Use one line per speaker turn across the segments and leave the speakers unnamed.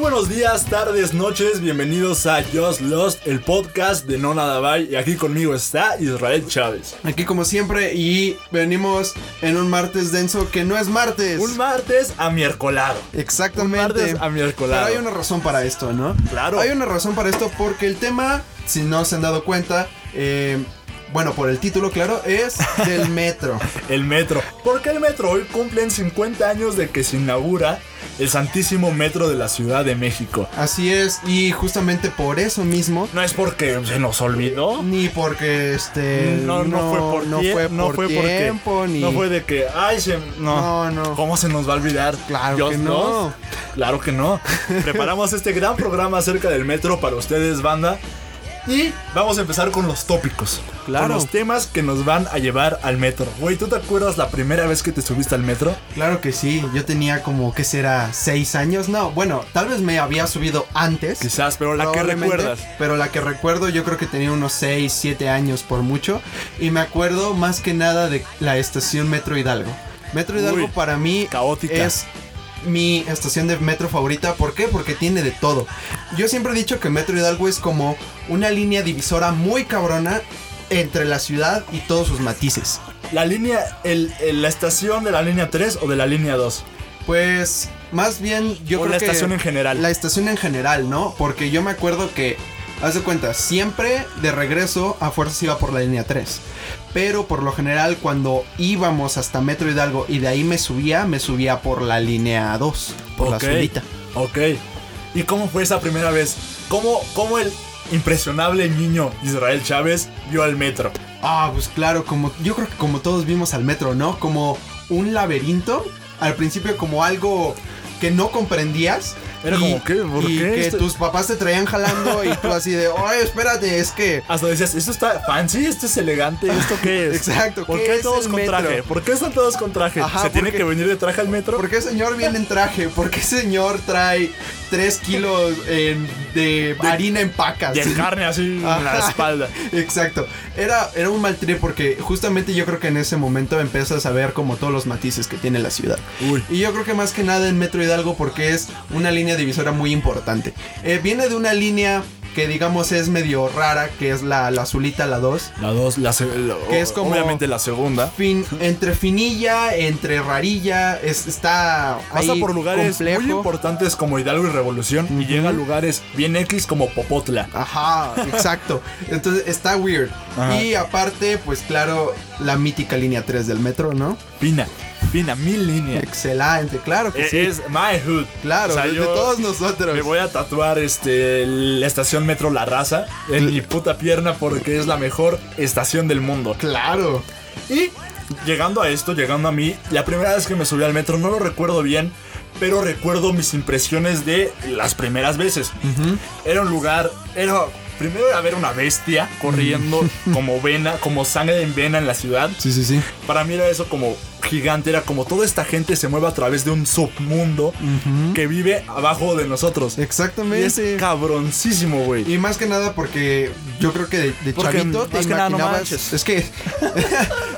buenos días, tardes, noches, bienvenidos a Just Lost, el podcast de No Nada Bye. Y aquí conmigo está Israel Chávez.
Aquí como siempre y venimos en un martes denso que no es martes.
Un martes a miércolado.
Exactamente.
Un martes a miércolado.
Pero hay una razón para esto, ¿no?
Claro.
Hay una razón para esto porque el tema, si no se han dado cuenta, eh, bueno, por el título, claro, es del metro.
El metro. ¿Por qué el metro? Hoy cumplen 50 años de que se inaugura el Santísimo Metro de la Ciudad de México.
Así es, y justamente por eso mismo,
No es porque se nos olvidó.
ni porque este.
No, no, fue por,
no
tie-
fue
no
por
fue porque-
tiempo, ni.
No fue de que, ay, se- no.
No, no.
¿Cómo se nos va a olvidar?
Claro que no.
Lost? Claro que no. Preparamos este gran programa acerca del metro para ustedes, banda. Y vamos a empezar con los tópicos.
Claro.
Con los temas que nos van a llevar al metro. Güey, ¿tú te acuerdas la primera vez que te subiste al metro?
Claro que sí, yo tenía como, ¿qué será? ¿Seis años? No, bueno, tal vez me había subido antes.
Quizás, pero la que
probablemente,
recuerdas.
Pero la que recuerdo yo creo que tenía unos 6, 7 años por mucho. Y me acuerdo más que nada de la estación Metro Hidalgo. Metro Hidalgo
Uy,
para mí
caótica.
es mi estación de metro favorita. ¿Por qué? Porque tiene de todo. Yo siempre he dicho que Metro Hidalgo es como una línea divisora muy cabrona entre la ciudad y todos sus matices.
La línea, el, el- la estación de la línea 3 o de la línea 2.
Pues más bien yo
O
creo
la
que
estación en general.
La estación en general, ¿no? Porque yo me acuerdo que haz de cuenta, siempre de regreso a fuerzas iba por la línea 3. Pero por lo general cuando íbamos hasta Metro Hidalgo y de ahí me subía, me subía por la línea 2, por
Ok,
la azulita.
Ok. ¿Y cómo fue esa primera vez? ¿Cómo, cómo el impresionable niño Israel Chávez vio al metro?
Ah, pues claro, como yo creo que como todos vimos al metro, ¿no? Como un laberinto, al principio como algo que no comprendías.
Era
y-
como, ¿qué? ¿Por
y
qué
que
esto?
tus papás te traían jalando y tú así de, oye, espérate, es que...
Hasta decías, ¿esto está fancy? ¿Esto es elegante? ¿Esto qué es?
Exacto,
¿Por
¿qué
qué
es
todos
el
con
metro?
traje? ¿Por qué están todos con traje?
Ajá,
¿Se tiene
porque-
que venir de traje al metro?
¿Por qué señor viene en traje? ¿Por qué señor trae 3 kilos en- de harina en pacas?
De carne así en la
Ajá.
espalda.
Exacto. Era, era un mal trip porque justamente yo creo que en ese momento empiezas a ver como todos los matices que tiene la ciudad.
Uy.
Y yo creo que más que nada en Metro Hidalgo porque es una línea divisora muy importante. Eh, viene de una línea que digamos es medio rara, que es la, la azulita, la 2.
La dos, la, se- la-
Que es como-
obviamente la segunda.
Fin, entre finilla, entre rarilla, es- está...
Pasa
ahí
por lugares muy
complejo.
importantes como Hidalgo y Revolución y llega a lugares bien X como Popotla.
Ajá, exacto. Entonces está weird.
Ajá.
Y aparte, pues claro, la mítica línea 3 del metro, ¿no?
Fina, fina, mil líneas.
Excelente, claro que
Eh,
sí.
Es my hood.
claro,
O sea,
de
yo
todos nosotros.
Me voy a tatuar este, la estación Metro La Raza en mi puta pierna porque es la mejor estación del mundo.
Claro.
Y llegando a esto, llegando a mí, la primera vez que me subí al metro no lo recuerdo bien, pero recuerdo mis impresiones de las primeras veces. Era un lugar, era primero era ver una bestia corriendo
Mm.
como vena, como sangre en vena en la ciudad.
Sí, sí, sí.
Para mí era eso como gigante, era como toda esta gente se mueve a través de un submundo que vive abajo de nosotros. Y es
Exactamente.
cabroncísimo, güey.
Y más que nada porque yo creo que de, de
Porque
chavito
más
te
que nada, no
imaginabas.
manches.
es que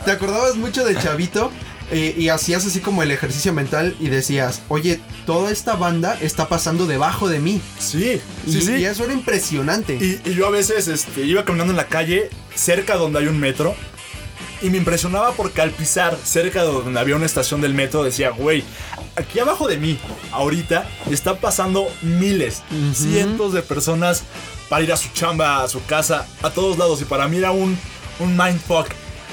te acordabas mucho de chavito eh, y hacías así como el ejercicio mental y decías, oye, toda esta banda está pasando debajo de mí.
Sí,
y,
sí, sí.
y eso era impresionante.
Y, y yo a veces este, iba caminando en la calle, cerca donde hay un metro, y me impresionaba porque al pisar cerca de donde había una estación del metro decía, güey, aquí abajo de mí, ahorita, están pasando miles, cientos de personas para ir a su chamba, a su casa, a todos lados, y para mí era un, un mindfuck.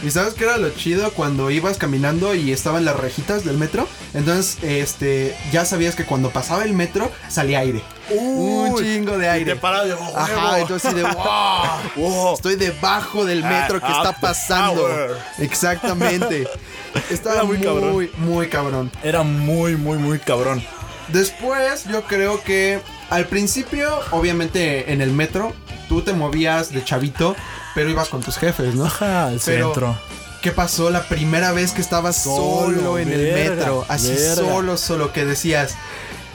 ¿Y sabes qué era lo chido cuando ibas caminando y estaban las rejitas del metro? Entonces, este, ya sabías que cuando pasaba el metro salía aire. Un
Uy,
chingo de
Y
aire.
te paraba de, "Oh, huevo".
Ajá, entonces así de wow.
Wow.
Estoy debajo del metro que
Ah,
está
after
pasando.
hour.
Exactamente. Estaba
Era muy
muy,
cabrón.
muy, cabrón.
Era muy, muy, muy cabrón.
Después, yo creo que al principio, obviamente en el metro, tú te movías de chavito, pero ibas con tus jefes, ¿no?
Ajá, el
Pero-
centro.
¿Qué pasó la primera vez que estabas solo,
Solo,
en el
verga,
metro? Así
verga.
solo, solo que decías,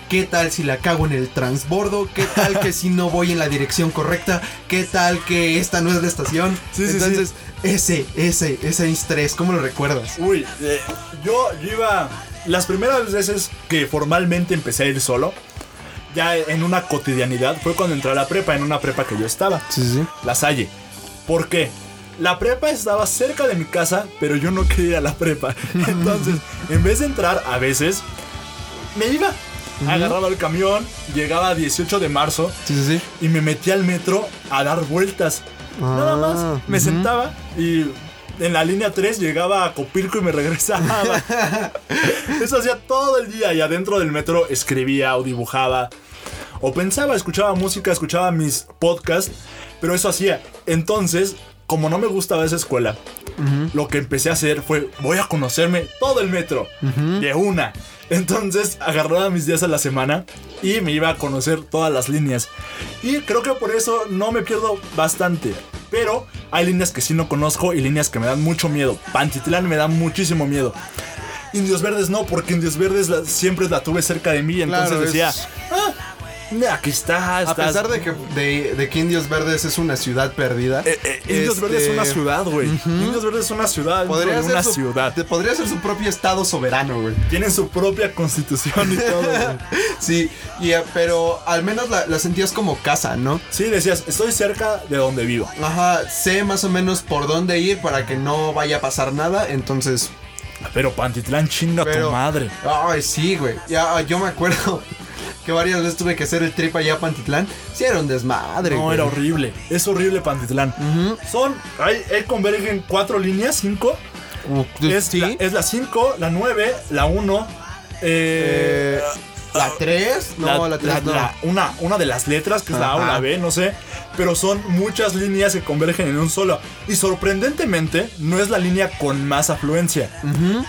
¿qué tal si la cago en el transbordo? ¿Qué tal que si no voy en la dirección correcta? ¿Qué tal que esta no es la estación?
Sí, sí, sí.
Entonces, ese, ese, ese estrés, ¿cómo lo recuerdas?
Uy, eh, yo, yo iba. Las primeras veces que formalmente empecé a ir solo, ya en una cotidianidad, fue cuando entré a la prepa, en una prepa que yo estaba,
Sí, sí, sí.
La Salle. ¿Por qué? La prepa estaba cerca de mi casa, pero yo no quería ir a la prepa. Entonces, en vez de entrar, a veces me iba. Agarraba el camión, llegaba a 18 de marzo,
Sí, sí, sí.
y me metí al metro a dar vueltas. Nada
Ah,
más, me
ujú.
sentaba y en la línea 3 llegaba a Copilco y me regresaba. Eso hacía todo el día y adentro del metro escribía o dibujaba. O pensaba, escuchaba música, escuchaba mis podcasts, pero eso hacía. Entonces, como no me gustaba esa escuela, lo que empecé a hacer fue, voy a conocerme todo el metro, de una. Entonces agarraba mis días a la semana y me iba a conocer todas las líneas. Y creo que por eso no me pierdo bastante. Pero hay líneas que sí no conozco y líneas que me dan mucho miedo. Pantitlán me da muchísimo miedo. Indios Verdes no, porque Indios Verdes la- siempre la tuve cerca de mí. Entonces
Claro, es-
decía, "Ah, mira, aquí está.
A
estás".
pesar de que, de, de que Indios Verdes es una ciudad perdida.
Eh, eh, Indios
este,
Verdes es una ciudad, güey. Indios Verdes es una ciudad. dentro
Podría
de
ser
una
su-
ciudad.
te- Podría ser su propio estado soberano, güey.
Tienen su propia constitución y todo. güey.
Sí, y, eh, pero al menos la, la sentías como casa, ¿no?
Sí, decías, estoy cerca de donde vivo.
Ajá, sé más o menos por dónde ir para que no vaya a pasar nada, entonces...
Pero Pantitlán chinga
Pero-
tu madre.
Ay, sí, güey. Ya, ah, yo me acuerdo que varias veces tuve que hacer el trip allá a Pantitlán. Sí, era un desmadre,
No,
güey.
era horrible. Es horrible Pantitlán. Son, ahí, ahí convergen cuatro líneas, cinco.
Como-
Es,
sí.
la, es la cinco, la nueve, la uno. eh,
Eh, ¿La 3? No, la 3 no.
la- una, una de las letras, que es la A o
Ajá.
la B, no sé. Pero son muchas líneas que convergen en un solo. Y sorprendentemente, no es la línea con más afluencia.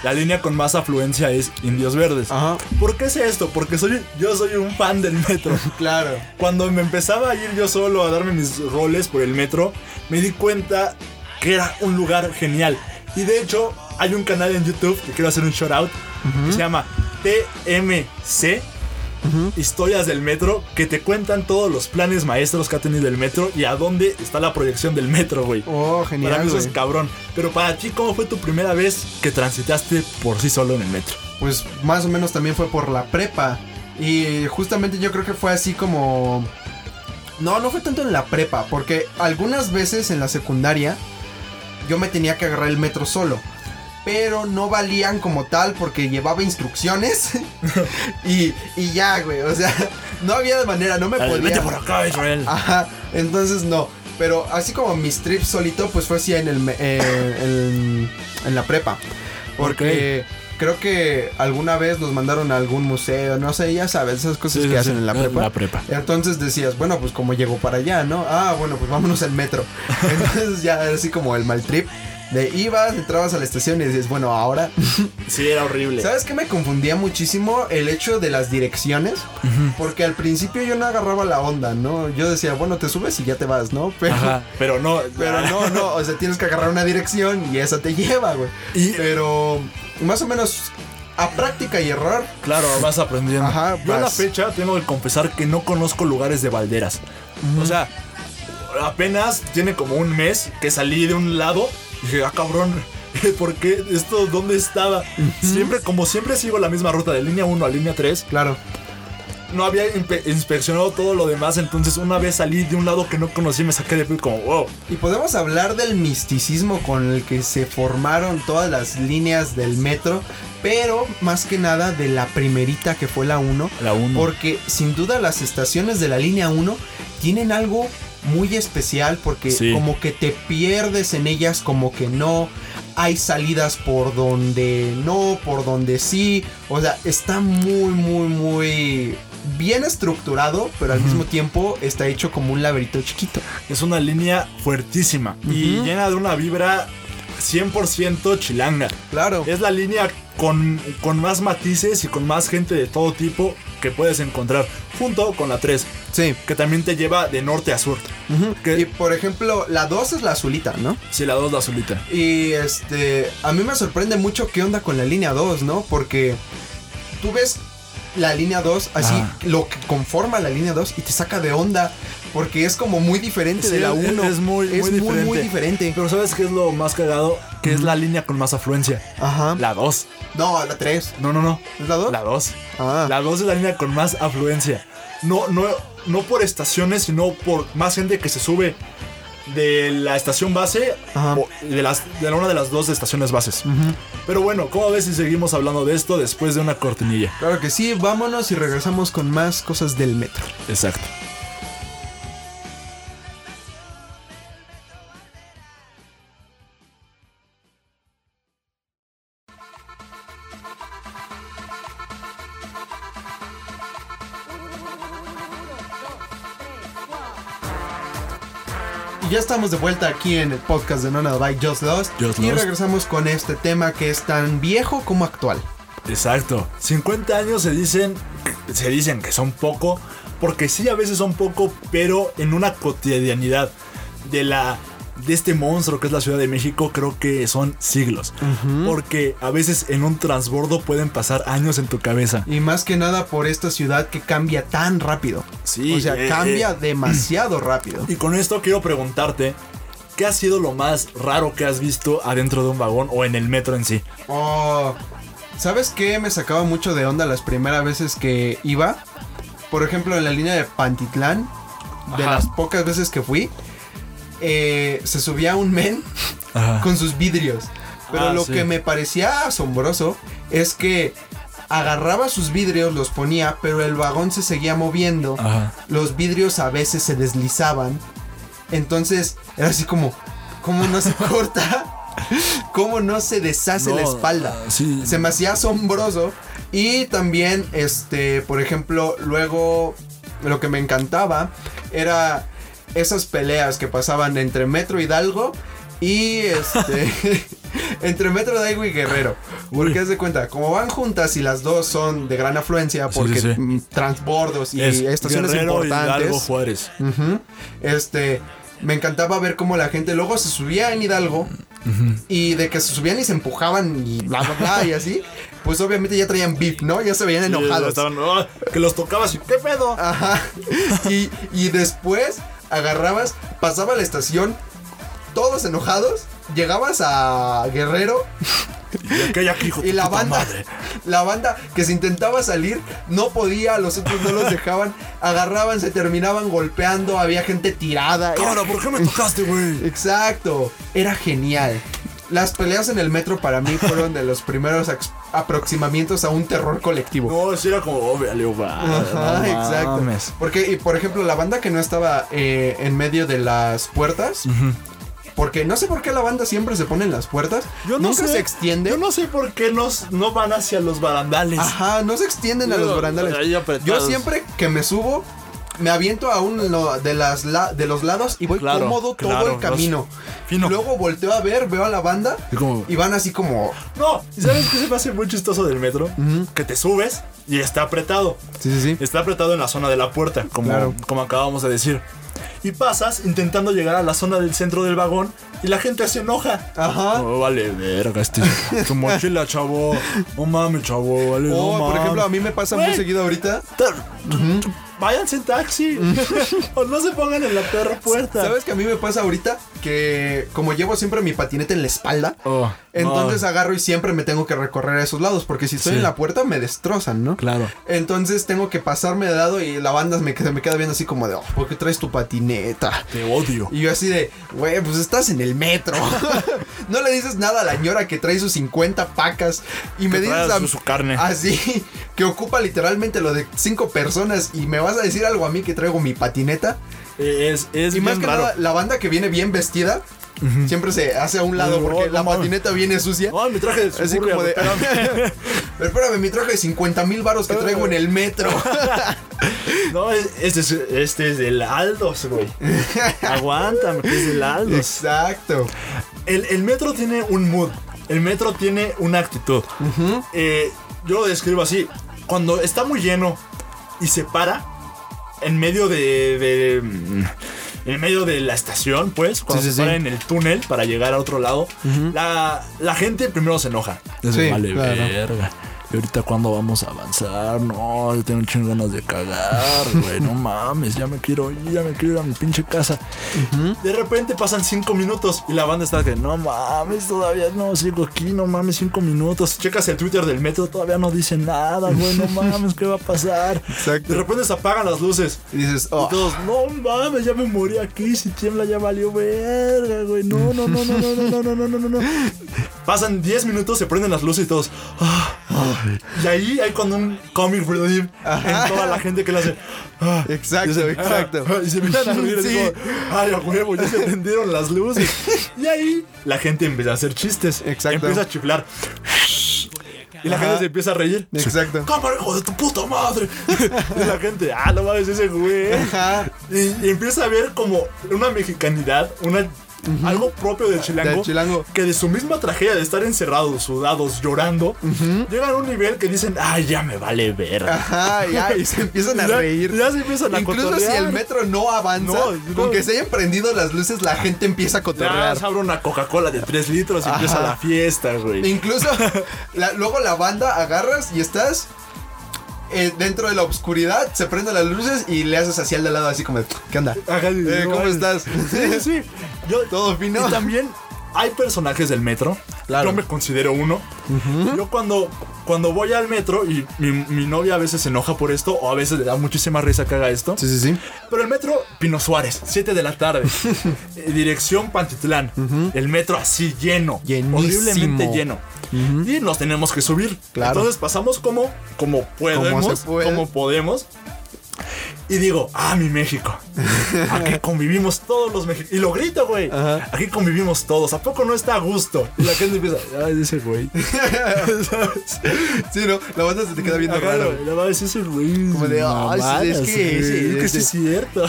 La línea con más afluencia es Indios Verdes.
Ajá.
¿Por qué sé esto? Porque soy, yo soy un fan del metro.
Claro.
Cuando me empezaba a ir yo solo a darme mis roles por el metro, me di cuenta que era un lugar genial. Y de hecho, hay un canal en YouTube que quiero hacer un shout out que se llama TMC. Historias del metro que te cuentan todos los planes maestros que ha tenido el metro y a dónde está la proyección del metro, güey.
Oh,
para mí
genial,
eso es
güey.
cabrón. Pero para ti, ¿cómo fue tu primera vez que transitaste por sí solo en el metro?
Pues más o menos también fue por la prepa. Y justamente yo creo que fue así como... No, no fue tanto en la prepa, porque algunas veces en la secundaria yo me tenía que agarrar el metro solo. Pero no valían como tal porque llevaba instrucciones. y, y ya, güey. O sea, no había manera, no me
Dale,
podía...
Vete por acá, Israel.
Ajá, entonces no. Pero así como mis trips solito, pues fue así en, el, me- eh, en, en la prepa. Porque creo que alguna vez nos mandaron a algún museo, no sé, ya sabes, esas cosas
Sí,
que
sí,
hacen
sí,
en la prepa.
la prepa.
Entonces decías, bueno, pues como llego para allá, ¿no? Ah, bueno, pues vámonos al metro. Entonces ya era así como el mal trip. De ibas, entrabas a la estación y decías, bueno, ahora.
Sí, era horrible.
¿Sabes qué me confundía muchísimo? El hecho de las direcciones. Porque al principio yo no agarraba la onda, ¿no? Yo decía, bueno, te subes y ya te vas, ¿no? Pero,
Ajá, pero no, ah,
pero no, no. O sea, tienes que agarrar una dirección y esa te lleva, güey.
Y-
Pero más o menos a práctica y error.
Claro, vas aprendiendo.
Ajá,
Yo a la
vas.
fecha tengo que confesar que no conozco lugares de balderas. O sea, apenas tiene como un mes que salí de un lado y dije, ah, cabrón. ¿Por qué? ¿Esto dónde estaba? Siempre, como siempre sigo la misma ruta de línea 1 a línea 3.
Claro.
No había impe- inspeccionado todo lo demás, entonces una vez salí de un lado que no conocí, me saqué de pie como, wow.
Y podemos hablar del misticismo con el que se formaron todas las líneas del metro, pero más que nada de la primerita que fue la 1.
La 1.
Porque sin duda las estaciones de la línea 1 tienen algo muy especial porque
Sí.
como que te pierdes en ellas, como que no. Hay salidas por donde no, por donde sí. O sea, está muy, muy, muy bien estructurado, pero al mismo tiempo está hecho como un laberinto chiquito.
Es una línea fuertísima y
Ujú.
llena de una vibra 100% chilanga.
Claro.
Es la línea con, con más matices y con más gente de todo tipo que puedes encontrar, junto con la 3,
Sí.
que también te lleva de norte a sur.
Y
Que,
por ejemplo, la 2 es la azulita, ¿no?
si la 2 la solita.
Y este, a mí me sorprende mucho qué onda con la línea 2, ¿no? Porque tú ves la línea 2, así
Ah.
lo que conforma la línea 2 y te saca de onda, porque es como muy diferente
Sí,
Este de la
es-
1.
es muy- muy
muy,
diferente.
diferente.
Pero ¿sabes qué es lo más cagado? Que es la línea con más afluencia.
Ajá.
La 2.
No, la 3.
No, no, no.
¿Es la 2?
La 2.
Ah.
La 2 es la línea con más afluencia. no, no, no por estaciones, sino por más gente que se sube de la estación base
Ajá.
o de, las, de una de las dos estaciones bases. Pero bueno, ¿cómo ves si seguimos hablando de esto después de una cortinilla?
Claro que sí, vámonos y regresamos con más cosas del metro.
Exacto.
Y ya estamos de vuelta aquí en el podcast de Nona Bike Just Lost.
Just
y
Lost.
regresamos con este tema que es tan viejo como actual.
Exacto. 50 años se dicen, se dicen que son poco, porque sí a veces son poco, pero en una cotidianidad de la de este monstruo que es la Ciudad de México, creo que son siglos. Porque a veces en un transbordo pueden pasar años en tu cabeza.
Y más que nada por esta ciudad que cambia tan rápido.
Sí,
O sea,
eh,
cambia
eh.
demasiado rápido.
Y con esto quiero preguntarte, ¿qué ha sido lo más raro que has visto adentro de un vagón o en el metro en sí?
Oh, ¿Sabes qué? Me sacaba mucho de onda las primeras veces que iba. Por ejemplo, en la línea de Pantitlán, de
Ajá.
las pocas veces que fui, eh, se subía un men
Ajá.
con sus vidrios. Pero
Ah,
lo
sí.
que me parecía asombroso es que agarraba sus vidrios, los ponía, pero el vagón se seguía moviendo.
Ajá.
Los vidrios a veces se deslizaban. Entonces era así como, ¿cómo no se corta? ¿Cómo no se deshace la
No,
espalda?
ah, sí.
Se me hacía asombroso. Y también, este, por ejemplo, luego lo que me encantaba era esas peleas que pasaban entre Metro Hidalgo y este. entre Metro Hidalgo y Guerrero. Porque
Uy.
haz de cuenta, como van juntas y las dos son de gran afluencia, porque
sí, sí.
mm, transbordos y
Es
estaciones
Guerrero,
importantes.
Hidalgo, Juárez.
Ujú. Este, me encantaba ver cómo la gente luego se subía en Hidalgo y de que se subían y se empujaban y bla bla bla y así, pues obviamente ya traían beef, ¿no? Ya se veían enojados.
Estaban, "Ah", que los tocabas y ¿qué pedo?
Ajá. Y, y después agarrabas, pasaba la estación, todos enojados, llegabas a Guerrero
Y aquella que hijo de
y la
puta
banda,
madre.
la banda que se intentaba salir no podía, los otros no los dejaban, agarraban, se terminaban golpeando, había gente tirada. era-
Cara, ¿por qué me tocaste, güey?
Exacto, era genial. Las peleas en el metro para mí fueron de los primeros ax- aproximamientos a un terror colectivo.
No, sí era como, oh, vale, va.
Ajá,
no
exacto.
mames.
Porque, y por ejemplo, la banda que no estaba eh, en medio de las puertas. Porque no sé por qué la banda siempre se pone en las puertas.
Yo no
nunca
sé.
se extiende.
Yo no sé por qué nos, no van hacia los barandales.
Ajá, no se extienden a
Yo-
los barandales.
ahí apretados.
Yo siempre que me subo, me aviento a uno de, las la- de los lados y voy
Claro,
cómodo
claro,
todo el camino.
los- fino.
Luego volteo a ver, veo a la banda
Y como-
y van así como.
No, ¿y ¿sabes qué se me hace muy chistoso del metro? Que te subes y está apretado.
Sí, sí, sí.
Está apretado en la zona de la puerta, como,
Claro.
como acabamos de decir. Y pasas intentando llegar a la zona del centro del vagón y la gente se enoja.
Ajá.
No, vale, verga, este. Tu mochila, chavo. No mames, chavo, vale. no
Oh, por
mames.
ejemplo, a mí me pasa muy
Güey.
seguido ahorita.
Tar- Váyanse en taxi. o no se pongan en la perra puerta.
¿Sabes que a mí me pasa ahorita? Que como llevo siempre mi patinete en la espalda,
Oh,
entonces
no.
agarro y siempre me tengo que recorrer a esos lados, porque si estoy
Sí.
en la puerta me destrozan, ¿no?
Claro.
Entonces tengo que pasarme de lado y la banda me, se me queda viendo así como de, oh, ¿por qué traes tu patineta?
Te odio.
Y yo así de, güey, pues estás en el metro. no le dices nada a la ñora que trae sus 50 pacas y me dices
trae
a-
su- su carne.
así que ocupa literalmente lo de cinco personas y me vas a decir algo a mí que traigo mi patineta.
Eh, Es, es
y más
bien
que
raro.
nada, la banda que viene bien vestida siempre se hace a un lado
Ay,
porque
no,
la
no,
patineta viene sucia.
Ay, mi traje de
Así
Suburbia,
como de.
güey, espérame.
Pero espérame, mi traje de 50 mil varos que traigo en el metro.
No, es- este es, este es del Aldos, güey. Aguántame, que es del Aldos.
Exacto.
El, el metro tiene un mood. El metro tiene una actitud. Eh, yo lo describo así. Cuando está muy lleno y se para en medio de... de- mm, en medio de la estación, pues, cuando
Sí, sí,
se para
sí.
en el túnel para llegar a otro lado, la, la gente primero se enoja.
Sí, claro.
verga.
¿Y ahorita cuándo vamos a avanzar? No, yo tengo un chingo de ganas de cagar, güey. No mames, ya me quiero ir, ya me quiero ir a mi pinche casa.
De repente pasan cinco minutos y la banda está que no
Mames, todavía no, sigo aquí, no mames, cinco minutos.
Checas el Twitter del metro,
Todavía no dice nada, güey. No mames, ¿qué va a pasar?
de repente se apagan las luces.
Y dices, oh,
Y todos,
No mames, ya me morí aquí. Si tiembla ya valió verga, güey. No, no, no, no, no, no, no, no, no, no, no.
pasan 10 minutos, se prenden las luces y todos. "Ah, ah". Y ahí hay cuando un comic relief en toda la gente que le hace. "Ah".
exacto, exacto.
Ah, Y se empiezan a reír así
Sí.
como, ay, a huevo, ya se prendieron las luces. Y ahí la gente empieza a hacer chistes.
Exacto.
Empieza a chiflar. Y la gente se empieza a reír.
Exacto.
¡Cámara, hijo de tu puta madre! Y la gente, ah, no mames, ese güey.
Ajá.
Y, y empieza a ver como una mexicanidad, una, algo propio del chilango,
Del chilango.
Que de su misma tragedia de estar encerrados, sudados, llorando, llegan a un nivel que dicen, ay, ya me vale verga.
Ah, Ajá, ya, y se empiezan a
Ya-
reír.
ya se empiezan a
Incluso si
cotorrear.
el metro no avanza,
No,
Aunque
no.
se hayan prendido las luces, la gente empieza a
Ya
cotorrear.
se abre una Coca-Cola de 3 litros y empieza la fiesta, güey.
Incluso la- luego la banda agarras y estás eh, dentro de la oscuridad, se prenden las luces y le haces hacia el de al lado así como, de, ¿qué onda?
Ajá, y-
Eh, ¿Cómo
ay.
estás?
Sí, sí, sí. Yo,
Todo fino.
Y también hay personajes del metro. Yo me considero uno. Yo cuando, cuando voy al metro, y mi, mi novia a veces se enoja por esto, o a veces le da muchísima risa que haga esto.
Sí, sí, sí.
Pero el metro Pino Suárez, 7 de la tarde. Eh, Dirección Pantitlán. El metro así lleno.
Llenísimo.
Horriblemente lleno. Y nos tenemos que subir.
Claro.
Entonces pasamos como, como podemos.
Como se puede.
como podemos. Y digo, ah, mi México. Aquí convivimos todos los mexicanos. Y lo grito, güey.
Ajá.
Aquí convivimos todos. ¿A poco no está a gusto? Y la gente empieza,
Ay, ese güey.
¿sabes?
Sí, ¿no? La banda se te queda viendo
Ajá,
raro.
güey, La verdad es ese güey.
Como de, "Ay,
Mamadas,
es que-
güey.
Es que sí
sí.
es cierto.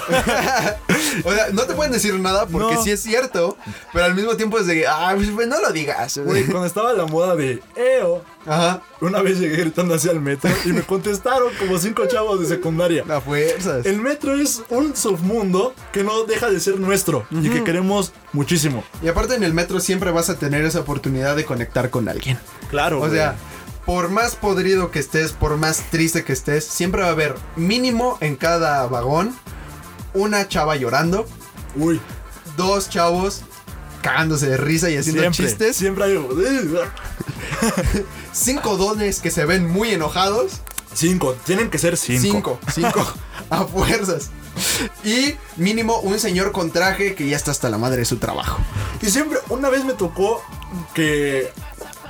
O sea, no te pueden decir nada porque
No.
sí es cierto, pero al mismo tiempo es de, ah, pues no lo digas.
Güey, cuando estaba la moda de EO,
Ajá,
Una vez llegué gritando hacia el metro y me contestaron como cinco chavos de secundaria.
la fuerzas.
El metro es un submundo que no deja de ser nuestro y que queremos muchísimo.
Y aparte en el metro siempre vas a tener esa oportunidad de conectar con alguien.
Claro.
O sea, por más podrido que estés, por más triste que estés, siempre va a haber mínimo en cada vagón una chava llorando,
uy,
dos chavos cagándose de risa y haciendo
siempre,
chistes,
siempre hay Eh,
cinco dones que se ven muy enojados,
cinco, tienen que ser cinco.
cinco, cinco, a fuerzas. Y mínimo un señor con traje que ya está hasta la madre de su trabajo.
Y siempre, una vez me tocó que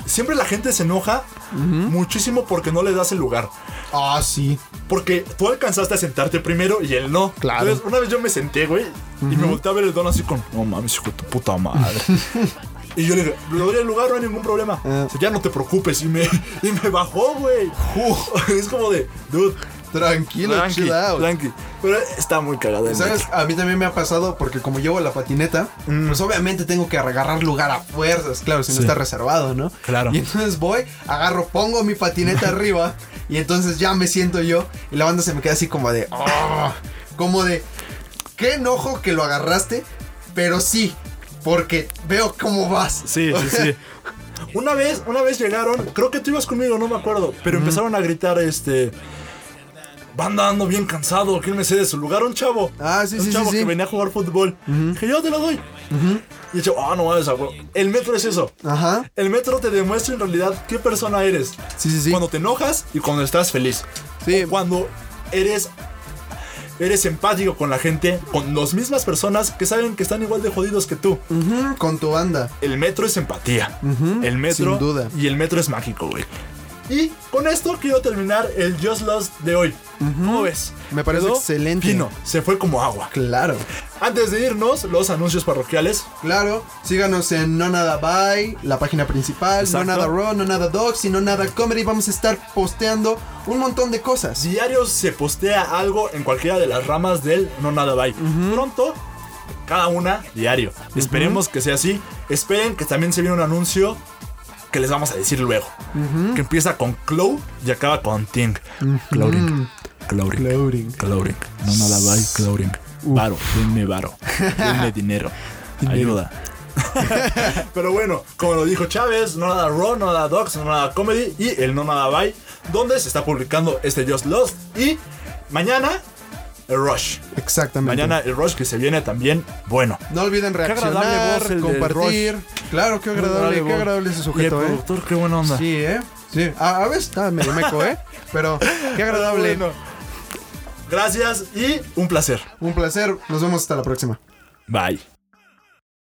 siempre la gente se enoja muchísimo porque no le das el lugar.
Ah, sí.
Porque tú alcanzaste a sentarte primero y él no.
Claro.
Entonces, una vez yo me senté, güey, y me volteé a ver el don así con, no mames, hijo de tu puta madre. y yo le dije, le doy el lugar, no hay ningún problema.
Ah.
O sea, ya no te preocupes. Y me, y me bajó, güey. es como de, dude,
Tranquilo,
tranqui,
chill out.
tranqui. Pero está muy cagada. el
¿Sabes? A mí también me ha pasado porque como llevo la patineta, pues obviamente tengo que agarrar lugar a fuerzas, claro, si no está reservado, ¿no?
Claro.
Y entonces voy, agarro, pongo mi patineta arriba y entonces ya me siento yo y la banda se me queda así como de, "Ah", como de, qué enojo que lo agarraste, pero sí, porque veo cómo vas.
Sí, sí, sí. Una vez, una vez llegaron, creo que tú ibas conmigo, no me acuerdo, pero empezaron a gritar este Banda ando bien cansado, ¿quién me cede su lugar? Un chavo.
Ah, sí,
un
sí, sí,
chavo
sí.
que venía a jugar fútbol. Dije, yo te lo doy. Y yo, ah, no mames, güey. El metro es eso.
Ajá.
El metro te demuestra en realidad qué persona eres.
Sí, sí, sí.
Cuando te enojas y cuando estás feliz.
Sí.
O cuando eres eres empático con la gente, con las mismas personas que saben que están igual de jodidos que tú.
Ujú, Con tu banda.
El metro es empatía. El metro.
sin duda.
Y el metro es mágico, güey. Y con esto quiero terminar el Just Lost de hoy. ¿Cómo ves?
Me parece
Quedó
excelente.
Fino, se fue como agua.
Claro.
Antes de irnos, los anuncios parroquiales.
Claro, síganos en No Nada Bye, la página principal,
Exacto.
No Nada Raw, No Nada Dogs y No Nada Comedy. Vamos a estar posteando un montón de cosas.
Diario se postea algo en cualquiera de las ramas del No Nada Bye. Pronto, cada una diario. Esperemos que sea así. Esperen que también se viene un anuncio que les vamos a decir luego. Que empieza con Clow y acaba con Ting.
Mm.
Clauring. Clauring.
Loading.
Clauring. No nada, bye, Clauring. Varo, denme varo. Denme dinero. Ayuda.
Pero bueno, como lo dijo Chávez, no nada Raw, no nada Docs, no nada Comedy y el no nada Bye, donde se está publicando este Just Lost y mañana el Rush.
Exactamente.
Mañana el Rush que se viene también bueno.
No olviden
agradable
reaccionar,
voz el del
compartir. Claro, qué agradable, qué
voz.
agradable ese sujeto,
y el
eh.
productor, qué buena onda.
Sí, eh. Sí. A, a veces está medio meco, eh. Pero qué agradable.
Bueno. Gracias y un placer.
Un placer. Nos vemos hasta la próxima.
Bye.